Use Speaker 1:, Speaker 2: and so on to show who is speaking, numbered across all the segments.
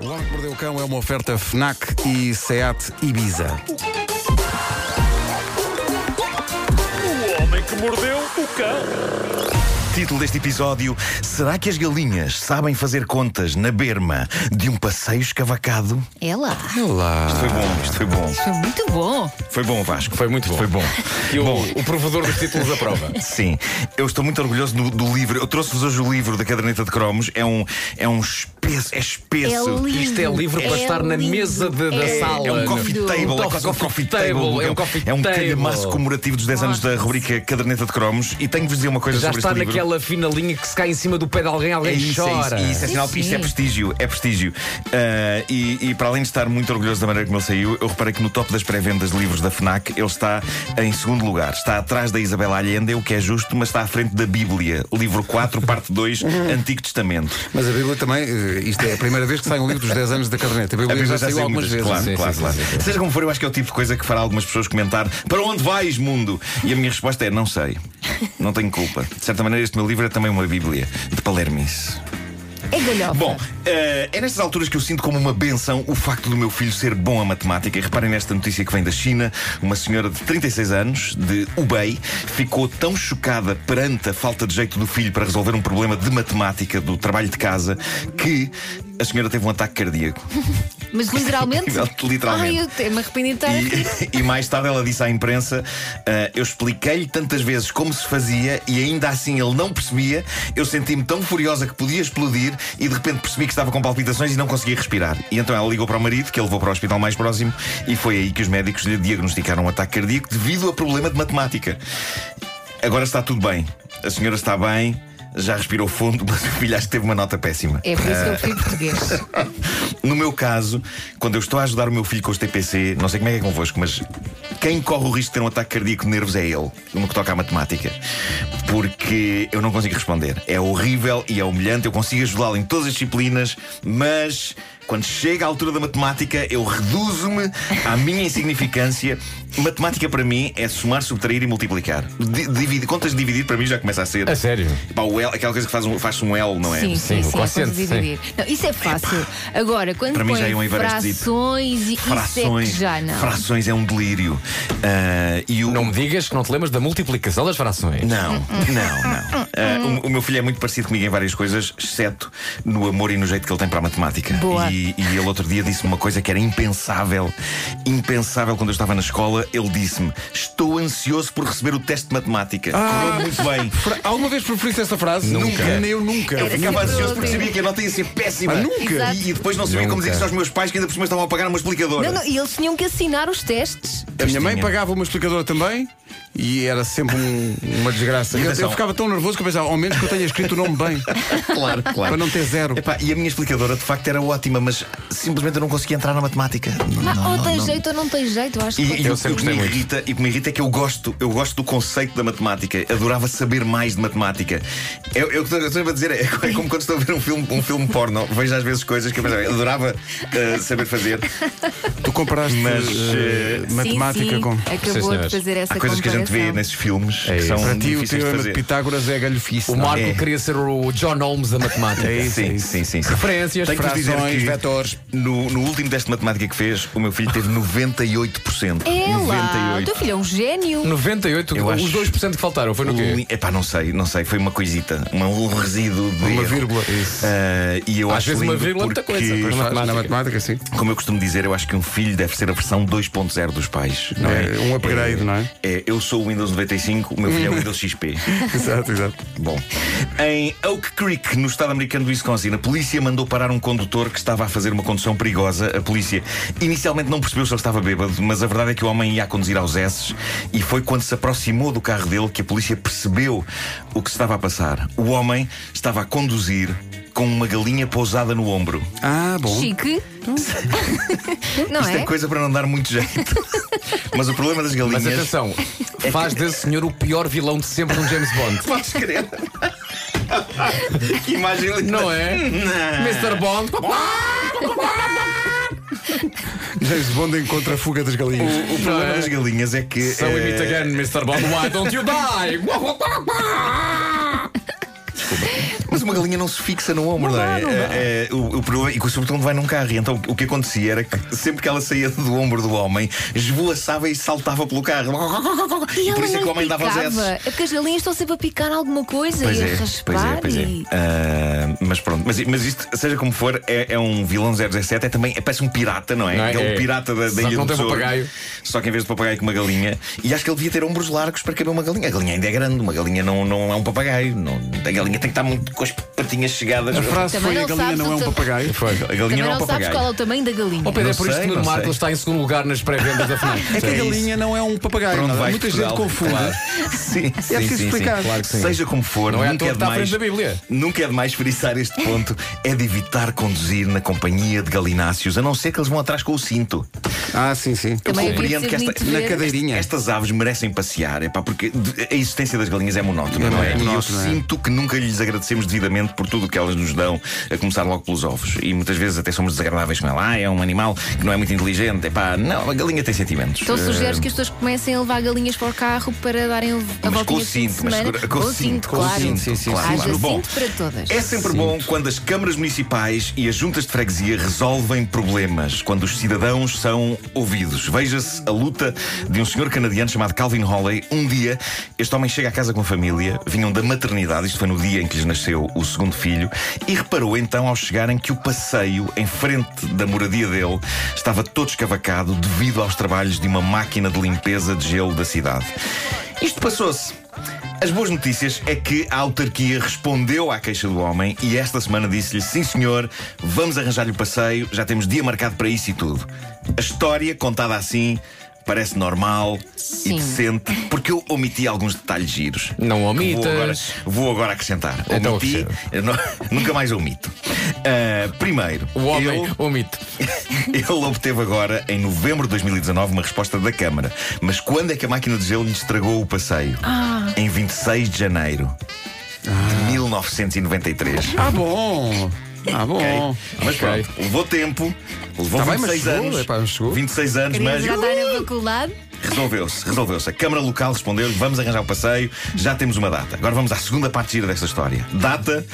Speaker 1: O Homem que Mordeu o Cão é uma oferta FNAC e SEAT Ibiza.
Speaker 2: O homem que mordeu o cão.
Speaker 3: Título deste episódio: Será que as galinhas sabem fazer contas na berma de um passeio escavacado?
Speaker 4: É lá.
Speaker 1: Olá.
Speaker 3: Foi bom, isto foi bom.
Speaker 4: Foi muito bom.
Speaker 3: Foi bom, Vasco.
Speaker 5: Foi muito bom.
Speaker 3: Foi bom.
Speaker 5: E o, o provedor dos títulos da prova.
Speaker 3: Sim, eu estou muito orgulhoso do, do livro. Eu trouxe-vos hoje o livro da caderneta de cromos. É um, é um espesso. É
Speaker 4: É
Speaker 3: espesso.
Speaker 4: lindo.
Speaker 5: Isto é livre para estar na
Speaker 4: lindo.
Speaker 5: mesa de- da
Speaker 4: É-
Speaker 5: sala.
Speaker 3: É um
Speaker 5: Olha,
Speaker 3: coffee table, é
Speaker 5: Um
Speaker 3: quase um coffee
Speaker 5: table,
Speaker 3: table.
Speaker 5: é um coffee
Speaker 3: É um
Speaker 5: table.
Speaker 3: calhamaço comemorativo dos 10 anos da rubrica Caderneta de Cromos. E tenho-vos dizer uma coisa
Speaker 5: Já
Speaker 3: sobre
Speaker 5: está
Speaker 3: este livro.
Speaker 5: naquela fina linha que se cai em cima do pé de alguém,
Speaker 3: É
Speaker 5: alguém
Speaker 3: isso, é isso,
Speaker 5: chora.
Speaker 3: é isso, é sinal,
Speaker 4: Sim,
Speaker 3: isto é
Speaker 4: sim.
Speaker 3: prestígio, é prestígio. Ah, e, e para além de estar muito orgulhoso da maneira como ele saiu, eu reparei que no top das pré-vendas de livros da FNAC ele está em segundo lugar. Está atrás da Isabel Allende, o que é justo, mas está à frente da Bíblia, livro 4, parte 2,
Speaker 1: Uhum.
Speaker 3: Antigo Testamento.
Speaker 1: Mas a Bíblia também, eh, isto é a primeira vez que sai um livro dos 10 anos da caderneta. A Bíblia,
Speaker 3: A
Speaker 1: já
Speaker 3: Bíblia
Speaker 1: saiu
Speaker 3: saiu
Speaker 1: algumas
Speaker 3: muitas,
Speaker 1: vezes.
Speaker 3: Claro,
Speaker 1: Sim,
Speaker 3: claro,
Speaker 1: sim,
Speaker 3: claro.
Speaker 1: sim, sim.
Speaker 3: Seja como for, eu acho que é o tipo de coisa que fará algumas pessoas comentar: Para onde vais, mundo? E a minha resposta é: Não sei. Não tenho culpa. De certa maneira, este meu livro é também uma Bíblia de Palermice.
Speaker 4: É galhofa.
Speaker 3: Bom, eh, é nestas alturas que eu sinto como uma benção o facto do meu filho ser bom a matemática. E reparem nesta notícia que vem da China. Uma senhora de 36 anos, de Hubei, ficou tão chocada perante a falta de jeito do filho para resolver um problema de matemática do trabalho de casa que a senhora teve um ataque cardíaco.
Speaker 4: Mas literalmente.
Speaker 3: Literalmente.
Speaker 4: Ai, eu te- me arrependi de estar a rir.
Speaker 3: E, e mais tarde ela disse à imprensa: "Ah, Eu expliquei-lhe tantas vezes como se fazia e ainda assim ele não percebia. Eu senti-me tão furiosa que podia explodir e de repente percebi que estava com palpitações e não conseguia respirar. E então ela ligou para o marido, que ele levou para o hospital mais próximo, e foi aí que os médicos lhe diagnosticaram um ataque cardíaco devido a problema de matemática. Agora está tudo bem. A senhora está bem. Já respirou fundo, mas o filho acho que teve uma nota péssima.
Speaker 4: É por isso que eu fui português.
Speaker 3: No meu caso, quando eu estou a ajudar o meu filho com os TPC, não sei como é que é convosco, mas quem corre o risco de ter um ataque cardíaco de nervos é ele, no que toca à matemática. Porque eu não consigo responder. É horrível e é humilhante, eu consigo ajudá-lo em todas as disciplinas, mas quando chega à altura da matemática, eu reduzo-me à minha insignificância. Matemática para mim é somar, subtrair e multiplicar. Di- dividir- contas de dividir para mim já começa a ser.
Speaker 5: A sério?
Speaker 3: Pá, o L, aquela coisa que faz um, faz um L, não é?
Speaker 4: Sim,
Speaker 5: Sim,
Speaker 4: sim,
Speaker 5: o
Speaker 4: sim. é
Speaker 5: quociente,
Speaker 4: fácil de dividir. Não, isso é fácil. Agora, quando
Speaker 3: Para mim
Speaker 4: põe
Speaker 3: já é um Everest Zip.
Speaker 4: frações e
Speaker 3: Frações,
Speaker 4: isso é que já não.
Speaker 3: frações é um delírio. Ah, e o,
Speaker 5: Não me digas que não te lembras da multiplicação das frações.
Speaker 3: não, não, não. Ah, o, o meu filho é muito parecido comigo em várias coisas, exceto no amor e no jeito que ele tem para a matemática.
Speaker 4: Boa.
Speaker 3: E, e ele outro dia disse-me uma coisa que era impensável. Impensável quando eu estava na escola. Ele disse-me: Estou ansioso por receber o teste de matemática.
Speaker 5: Ah.
Speaker 3: Correu muito bem.
Speaker 1: Fra- Alguma vez preferiste essa frase?
Speaker 5: Nunca.
Speaker 1: Nem eu nunca.
Speaker 3: Eu
Speaker 4: Era
Speaker 3: ficava
Speaker 4: sempre
Speaker 3: ansioso porque
Speaker 4: horrível.
Speaker 3: sabia que a nota ia ser péssima.
Speaker 1: Ah, nunca?
Speaker 4: Exato.
Speaker 3: E, e depois não sabia como dizer
Speaker 5: Nunca.
Speaker 3: isso aos meus pais, que ainda por cima estavam a pagar uma explicadora.
Speaker 4: Não, não, e eles tinham que assinar os testes.
Speaker 1: A minha mãe
Speaker 3: Tinha.
Speaker 1: pagava uma explicadora também e era sempre um- uma desgraça.
Speaker 3: E
Speaker 1: Eu,
Speaker 3: atenção.
Speaker 1: eu ficava tão nervoso que eu pensava, ao menos que eu tenha escrito o nome bem.
Speaker 3: Claro, claro.
Speaker 1: Para não ter zero.
Speaker 3: Epá, e a minha explicadora de facto era ótima, mas simplesmente eu não conseguia entrar na matemática.
Speaker 4: Ah, ou tem jeito ou não tem jeito, acho
Speaker 3: E,
Speaker 4: que.
Speaker 3: e
Speaker 5: Eu
Speaker 3: o
Speaker 5: sempre
Speaker 3: que me
Speaker 5: gostei muito.
Speaker 3: irrita, e o que me irrita é que eu gosto, eu gosto do conceito da matemática. Adorava saber mais de matemática. Eu, eu, o que eu estou sempre a dizer é, é como quando estou a ver um filme, um filme porno, vejo às vezes coisas que eu pensava, eu adorava eh, saber fazer.
Speaker 1: Tu comparaste
Speaker 3: Mas,
Speaker 1: eh,
Speaker 3: eh,
Speaker 1: matemática
Speaker 4: sim, sim,
Speaker 1: com.
Speaker 5: Sim,
Speaker 4: Acabou de
Speaker 5: senhores.
Speaker 4: fazer essa
Speaker 3: Há coisas que a gente vê
Speaker 4: comparação.
Speaker 3: nesses filmes
Speaker 5: É
Speaker 3: que
Speaker 5: isso.
Speaker 3: são
Speaker 1: Para ti, o
Speaker 3: difíceis de
Speaker 1: teorema de
Speaker 3: fazer.
Speaker 1: Pitágoras é galhofice.
Speaker 5: O Marco
Speaker 3: É.
Speaker 5: queria ser o John Holmes da matemática.
Speaker 1: É isso, é
Speaker 3: Sim,
Speaker 1: isso.
Speaker 3: sim, sim, sim.
Speaker 5: Referências,
Speaker 3: Tenho que vos dizer
Speaker 1: frações,
Speaker 3: que
Speaker 1: vetores.
Speaker 3: No, no último teste de matemática que fez, o meu filho teve 98%.
Speaker 4: É lá, o
Speaker 3: 98%.
Speaker 4: teu filho é um gênio.
Speaker 5: 98,
Speaker 3: Eu acho-
Speaker 5: os 2% que faltaram foi no quê?
Speaker 3: Li- Epá, não sei, não sei, foi uma coisita, uma- um resíduo de.
Speaker 1: Uma
Speaker 3: erro.
Speaker 1: vírgula, isso.
Speaker 3: Ah, e eu
Speaker 5: Às
Speaker 3: acho
Speaker 5: vezes uma
Speaker 3: lindo
Speaker 5: vírgula é muita
Speaker 3: porque,
Speaker 5: coisa, pois não. é.
Speaker 1: Faz- Na matemática, sim.
Speaker 3: Como eu costumo dizer, eu acho que um filho deve ser a versão 2.0 dos pais.
Speaker 1: Não é? Um upgrade, não é?
Speaker 3: É, eu sou o Windows 95, o meu filho é o Windows XP.
Speaker 1: Exato, exato.
Speaker 3: Bom, em Oak Creek, no estado americano do Wisconsin, a polícia mandou parar um condutor que estava a fazer uma condução perigosa. A polícia inicialmente não percebeu se ele estava bêbado, mas a verdade é que o homem ia a conduzir aos S e foi quando se aproximou do carro dele que a polícia percebeu o que se estava a passar. O homem estava a conduzir com uma galinha pousada no ombro.
Speaker 1: Ah, bom.
Speaker 4: Chique. não
Speaker 3: Hum? Isto é?
Speaker 4: é?
Speaker 3: coisa para não dar muito jeito. mas o problema das galinhas.
Speaker 5: Mas atenção, faz desse senhor o pior vilão de sempre no James Bond.
Speaker 3: Podes crer. que imagem linda.
Speaker 5: Não é? Mr. Bond,
Speaker 1: James Bond encontra a fuga das galinhas.
Speaker 3: O problema
Speaker 5: é?
Speaker 3: das galinhas é que.
Speaker 5: So we
Speaker 3: eh,
Speaker 5: meet again, Mr. Bond. Why don't you die?
Speaker 3: Mas uma galinha não se fixa no ombro, não, é? É, é, o, o problema, e que o sobretudo vai num carro. E então o que acontecia era que sempre que ela saía do ombro do homem, esvoaçava e saltava pelo carro.
Speaker 4: E
Speaker 3: E
Speaker 4: ela
Speaker 3: por isso é que o
Speaker 4: não
Speaker 3: homem dava os
Speaker 4: picava.
Speaker 3: S.
Speaker 4: É porque as galinhas estão sempre a picar alguma coisa
Speaker 3: Pois
Speaker 4: e
Speaker 3: é,
Speaker 4: a raspar.
Speaker 3: pois é, pois é.
Speaker 4: e-
Speaker 3: Ah, mas pronto, mas, mas isto, seja como for, é, é um vilão 007, é também, é, parece um pirata, não é?
Speaker 5: Não é?
Speaker 3: Aquele
Speaker 5: É.
Speaker 3: pirata da, da
Speaker 5: Só
Speaker 3: Ilha
Speaker 5: que não
Speaker 3: do
Speaker 5: tem um
Speaker 3: Tesouro.
Speaker 5: papagaio.
Speaker 3: Só que em vez de papagaio com uma galinha, e acho que ele devia ter ombros largos para caber uma galinha. A galinha ainda é grande, uma galinha não, não é um papagaio. Não, a galinha tem que estar muito com as patinhas chegadas.
Speaker 1: A frase
Speaker 4: Também
Speaker 1: foi a
Speaker 4: não
Speaker 1: galinha
Speaker 4: sabes
Speaker 1: não é
Speaker 4: o
Speaker 1: um
Speaker 4: teu-
Speaker 1: papagaio.
Speaker 5: Foi.
Speaker 3: A galinha
Speaker 4: Também
Speaker 3: não é um
Speaker 4: não sabes
Speaker 3: papagaio.
Speaker 4: qual é o tamanho da galinha.
Speaker 5: Oh, Pedro, é
Speaker 3: Não
Speaker 5: por isto que
Speaker 3: sei,
Speaker 5: o Nuno
Speaker 3: não
Speaker 5: Marco
Speaker 3: sei.
Speaker 5: está em segundo lugar nas pré-vendas da FNAC.
Speaker 1: É que a
Speaker 3: isso.
Speaker 1: galinha não é um
Speaker 3: Para
Speaker 1: papagaio.
Speaker 3: onde
Speaker 1: nada.
Speaker 3: vai
Speaker 1: Muita
Speaker 3: Portugal?
Speaker 1: gente confunde.
Speaker 3: Claro. Sim,
Speaker 1: É
Speaker 3: sim,
Speaker 1: preciso
Speaker 3: sim,
Speaker 1: explicar.
Speaker 3: sim.
Speaker 5: Claro que sim.
Speaker 3: Seja como for,
Speaker 5: Não é à
Speaker 3: nunca
Speaker 5: toa
Speaker 3: é
Speaker 5: que está à
Speaker 3: demais.
Speaker 5: frente da Bíblia. Hum.
Speaker 3: Nunca é demais frisar este ponto. é de evitar conduzir na companhia de galináceos, a não ser que eles vão atrás com o cinto.
Speaker 1: Ah, sim, sim.
Speaker 4: Também é
Speaker 3: Eu compreendo
Speaker 4: havia de
Speaker 3: que
Speaker 4: ser
Speaker 3: esta-
Speaker 4: bonito
Speaker 1: Na
Speaker 4: ver.
Speaker 1: cadeirinha.
Speaker 3: Estas aves merecem passear, epá, porque de- a existência das galinhas é monótona,
Speaker 1: É
Speaker 3: não é?
Speaker 1: monótona,
Speaker 3: e eu
Speaker 1: não é?
Speaker 3: sinto que nunca lhes agradecemos devidamente por tudo o que elas nos dão, a começar logo pelos ovos. E muitas vezes até somos desagradáveis com ela. Ah, é um animal que não é muito inteligente. Epá, não, a galinha tem sentimentos.
Speaker 4: Então
Speaker 3: Eh,
Speaker 4: sugeres que as pessoas comecem a levar galinhas para o carro para darem a
Speaker 3: Mas
Speaker 4: volta
Speaker 3: com o cinto, mas segura- com o cinto, com o
Speaker 4: claro.
Speaker 3: cinto, Sim, sim, claro. sim,
Speaker 4: Haja
Speaker 3: claro. Bom,
Speaker 4: cinto para todas.
Speaker 3: É sempre bom quando as câmaras municipais e as juntas de freguesia resolvem problemas, quando os cidadãos são ouvidos. Veja-se a luta de um senhor canadiano chamado Calvin Holley. Um dia, este homem chega à casa com a família, vinham da maternidade, isto foi no dia em que lhes nasceu o segundo filho, e reparou então ao chegarem que o passeio em frente da moradia dele estava todo escavacado devido aos trabalhos de uma máquina de limpeza de gelo da cidade. Isto passou-se. As boas notícias é que a autarquia respondeu à queixa do homem e esta semana disse-lhe: sim, senhor, vamos arranjar-lhe o passeio, já temos dia marcado para isso e tudo. A história, contada assim, parece normal
Speaker 4: Sim.
Speaker 3: e decente, porque eu omiti alguns detalhes giros.
Speaker 5: Não
Speaker 3: Que
Speaker 5: omitas.
Speaker 3: Vou agora, vou agora acrescentar.
Speaker 5: Então
Speaker 3: Omiti, eu não- nunca mais omito. Ah, primeiro,
Speaker 5: O homem,
Speaker 3: eu-
Speaker 5: o mito.
Speaker 3: ele obteve agora, em novembro de 2019, uma resposta da Câmara. Mas quando é que a máquina de gelo lhe estragou o passeio? Em 26 de janeiro
Speaker 5: Ah.
Speaker 3: de 1993.
Speaker 1: Ah, bom. Ah, bom.
Speaker 3: Ok? Mas
Speaker 5: Tá Ok.
Speaker 3: pronto, levou tempo, levou
Speaker 5: Tá bem, mas
Speaker 3: 26
Speaker 5: chegou,
Speaker 3: anos.
Speaker 5: epá, chegou.
Speaker 3: 26 anos,
Speaker 4: Queria
Speaker 3: mas.
Speaker 4: já estar na faculdade.
Speaker 3: Resolveu-se, resolveu-se. A Câmara Local respondeu vamos arranjar o passeio, já temos uma data. Agora vamos à segunda parte gira desta história. Data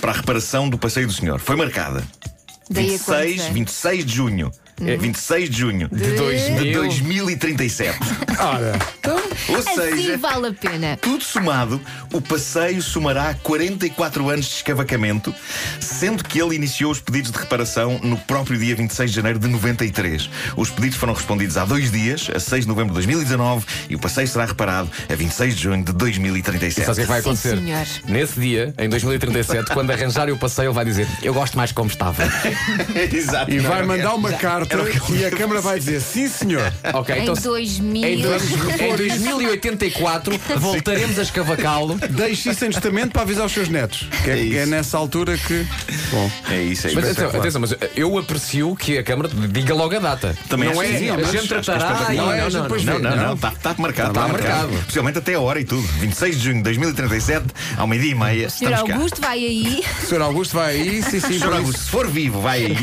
Speaker 3: para a reparação do passeio do senhor. Foi marcada.
Speaker 4: Daí a Hum.
Speaker 3: 26,
Speaker 4: quando,
Speaker 3: 26 de junho. 26 de junho de,
Speaker 5: 2000.
Speaker 3: 2037.
Speaker 1: Ora,
Speaker 3: Então, Ou
Speaker 4: Assim
Speaker 3: seja,
Speaker 4: vale a pena.
Speaker 3: tudo somado, o passeio somará 44 anos de escavacamento, sendo que ele iniciou os pedidos de reparação no próprio dia 26 de janeiro de 93. Os pedidos foram respondidos há dois dias, a 6 de novembro de 2019, e o passeio será reparado a 26 de junho de
Speaker 5: E
Speaker 3: 2037.
Speaker 5: Sabes o que é que vai
Speaker 4: Sim,
Speaker 5: acontecer?
Speaker 4: senhor.
Speaker 5: Nesse dia, em 2037, quando arranjarem o passeio, ele vai dizer: Eu gosto mais como estava.
Speaker 3: Exato.
Speaker 1: e
Speaker 3: Não,
Speaker 1: vai
Speaker 3: não
Speaker 1: mandar
Speaker 3: quero.
Speaker 1: uma
Speaker 3: Já.
Speaker 1: carta
Speaker 3: Era o que eu
Speaker 1: e a Câmara vai dizer sim, senhor.
Speaker 5: Ok,
Speaker 4: Em
Speaker 5: então. se-
Speaker 4: 2000.
Speaker 5: Em, dois- em 2084 voltaremos a escavacá-lo.
Speaker 1: Deixe isso em testamento para avisar os seus netos. Que é,
Speaker 3: É isso.
Speaker 1: que é nessa altura que. Bom.
Speaker 3: É isso, é isso.
Speaker 5: Mas atenção, atenção, mas eu aprecio que a Câmara diga logo a data.
Speaker 3: Também
Speaker 5: não
Speaker 3: acho
Speaker 5: é,
Speaker 3: que sim,
Speaker 5: a
Speaker 3: mas
Speaker 5: gente
Speaker 3: acho que é
Speaker 5: tratará.
Speaker 3: espetacular.
Speaker 1: Não é,
Speaker 5: não,
Speaker 1: a gente depois
Speaker 5: não,
Speaker 1: vê.
Speaker 5: não,
Speaker 3: Não, não,
Speaker 5: não.
Speaker 3: está tá marcado.
Speaker 5: Tá
Speaker 3: tá
Speaker 5: marcado.
Speaker 3: Especialmente até a hora e tudo. 26 de junho de 2037, ao meio-dia e meia,
Speaker 4: Senhor
Speaker 3: estamos cá.
Speaker 4: Augusto vai aí.
Speaker 1: O senhor Augusto vai aí, sim, sim,
Speaker 3: Senhor
Speaker 1: por
Speaker 3: Augusto,
Speaker 1: isso.
Speaker 3: se for vivo, vai aí.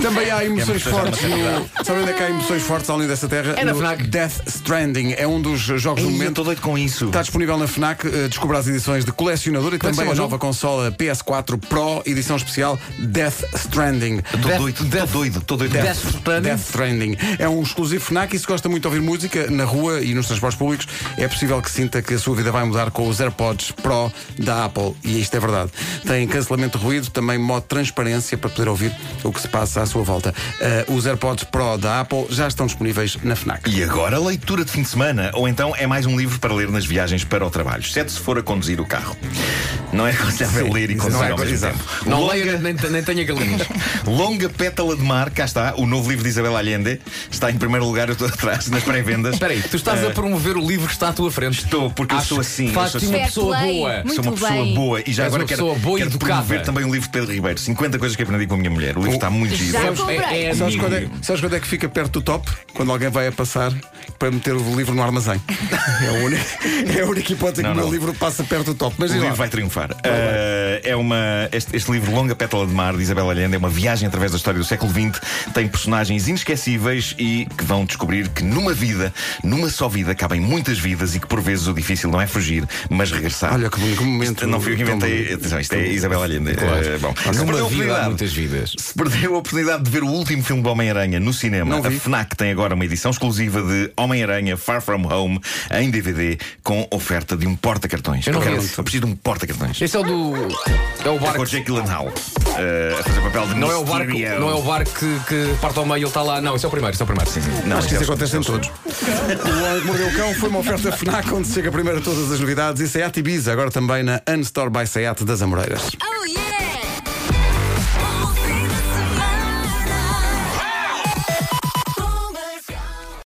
Speaker 1: Também há emoções
Speaker 3: É uma
Speaker 1: fortes no. Sabe onde é que há emoções fortes além dessa terra?
Speaker 5: É na
Speaker 1: No
Speaker 5: FNAC.
Speaker 1: Death Stranding. É um dos jogos do
Speaker 3: Ei, eu
Speaker 1: momento.
Speaker 3: estou doido com isso.
Speaker 5: Tá
Speaker 1: Está disponível na FNAC, eh, descubra as edições de colecionador e
Speaker 5: é que
Speaker 1: também
Speaker 5: se chama
Speaker 1: a
Speaker 5: o
Speaker 1: nova consola PS4 Pro, edição especial Death Stranding.
Speaker 3: Estou
Speaker 5: Death-
Speaker 3: doido, estou
Speaker 5: Death-
Speaker 3: doido, estou doido.
Speaker 5: Death Stranding?
Speaker 1: Death Stranding. É um exclusivo FNAC e se gosta muito de ouvir música na rua e nos transportes públicos, é possível que sinta que a sua vida vai mudar com os AirPods Pro da Apple. E isto é verdade. Tem cancelamento de ruído, também modo de transparência para poder ouvir o que se passa à sua volta. Eh, os AirPods Pro da Apple já estão disponíveis na FNAC.
Speaker 3: E agora leitura de fim de semana, ou então é mais um livro para ler nas viagens para o trabalho, exceto se for a conduzir o carro. Não é aconselhável
Speaker 1: Sim,
Speaker 3: ler e
Speaker 1: isso
Speaker 3: conduzir
Speaker 1: não é
Speaker 3: ao mesmo tempo.
Speaker 5: Não
Speaker 3: Longa-
Speaker 5: leia, nem, nem tenha galinhas.
Speaker 3: Longa Pétala de Mar, cá está, o novo livro de Isabel Allende, está em primeiro lugar, eu estou atrás, nas pré-vendas.
Speaker 5: Espera aí, tu estás a promover o livro que está à tua frente.
Speaker 3: É. Estou, porque eu sou assim, eu sou
Speaker 5: Faz-te
Speaker 3: assim.
Speaker 5: uma
Speaker 4: Fair
Speaker 5: pessoa
Speaker 4: play.
Speaker 5: boa.
Speaker 4: Muito
Speaker 3: Sou uma pessoa
Speaker 4: bem.
Speaker 3: boa e já
Speaker 5: És
Speaker 3: agora
Speaker 5: uma
Speaker 3: quero,
Speaker 5: pessoa boa e
Speaker 3: quero
Speaker 5: educada.
Speaker 3: promover também o livro de Pedro Ribeiro. 50 coisas que aprendi com a minha mulher. O livro está muito giro.
Speaker 4: Já
Speaker 5: Sabes, é-
Speaker 4: comprei.
Speaker 5: é-
Speaker 1: Sabes
Speaker 3: Amigo.
Speaker 1: quando, é, sabes quando é que fica perto do top? Quando alguém vai a passar para meter o o livro no armazém. É a única, é a única hipótese
Speaker 3: Não,
Speaker 1: que o meu
Speaker 3: não.
Speaker 1: livro passa perto do top. Mas
Speaker 3: O
Speaker 1: diz lá.
Speaker 3: livro vai triunfar. Eh, é uma, este, este livro, Longa Pétala de Mar, de Isabel Allende, é uma viagem através da história do século XX. Tem personagens inesquecíveis e que vão descobrir que numa vida, numa só vida, cabem muitas vidas e que por vezes o difícil não é fugir, mas regressar.
Speaker 1: Olha que bonito, que momento.
Speaker 3: Isto não fui eu que
Speaker 1: tão
Speaker 3: inventei.
Speaker 1: bonito.
Speaker 3: Atenção, isto é Isabel Allende. Eh, bom,
Speaker 5: Há
Speaker 3: se perdeu a
Speaker 5: uma é, vida, há
Speaker 3: oportunidade-
Speaker 5: muitas vidas.
Speaker 3: se perdeu a oportunidade de ver o último filme do Homem-Aranha no cinema,
Speaker 1: Não
Speaker 3: a
Speaker 1: vi.
Speaker 3: FNAC tem agora uma edição exclusiva de Homem-Aranha Far From Home em DVD com oferta de um porta-cartões.
Speaker 5: Eu não vi
Speaker 3: quero,
Speaker 5: esse.
Speaker 3: eu preciso de um porta-cartões.
Speaker 5: Este é o do. É o
Speaker 3: É com
Speaker 5: barco.
Speaker 3: o Jake Gyllenhaal eh, a fazer papel de
Speaker 5: Não é o barco,
Speaker 3: Mysterio.
Speaker 5: não é o barco que, que parte ao meio e ele está lá. Não, esse é o primeiro, esse é o primeiro. Sim, sim.
Speaker 3: Não,
Speaker 1: Acho que isso
Speaker 3: é o-
Speaker 1: acontece em todos. O Homem que Mordeu o Cão foi uma oferta FNAC onde chega primeiro a todas as novidades e Seat Ibiza, agora também na Unstore by Seat das Amoreiras.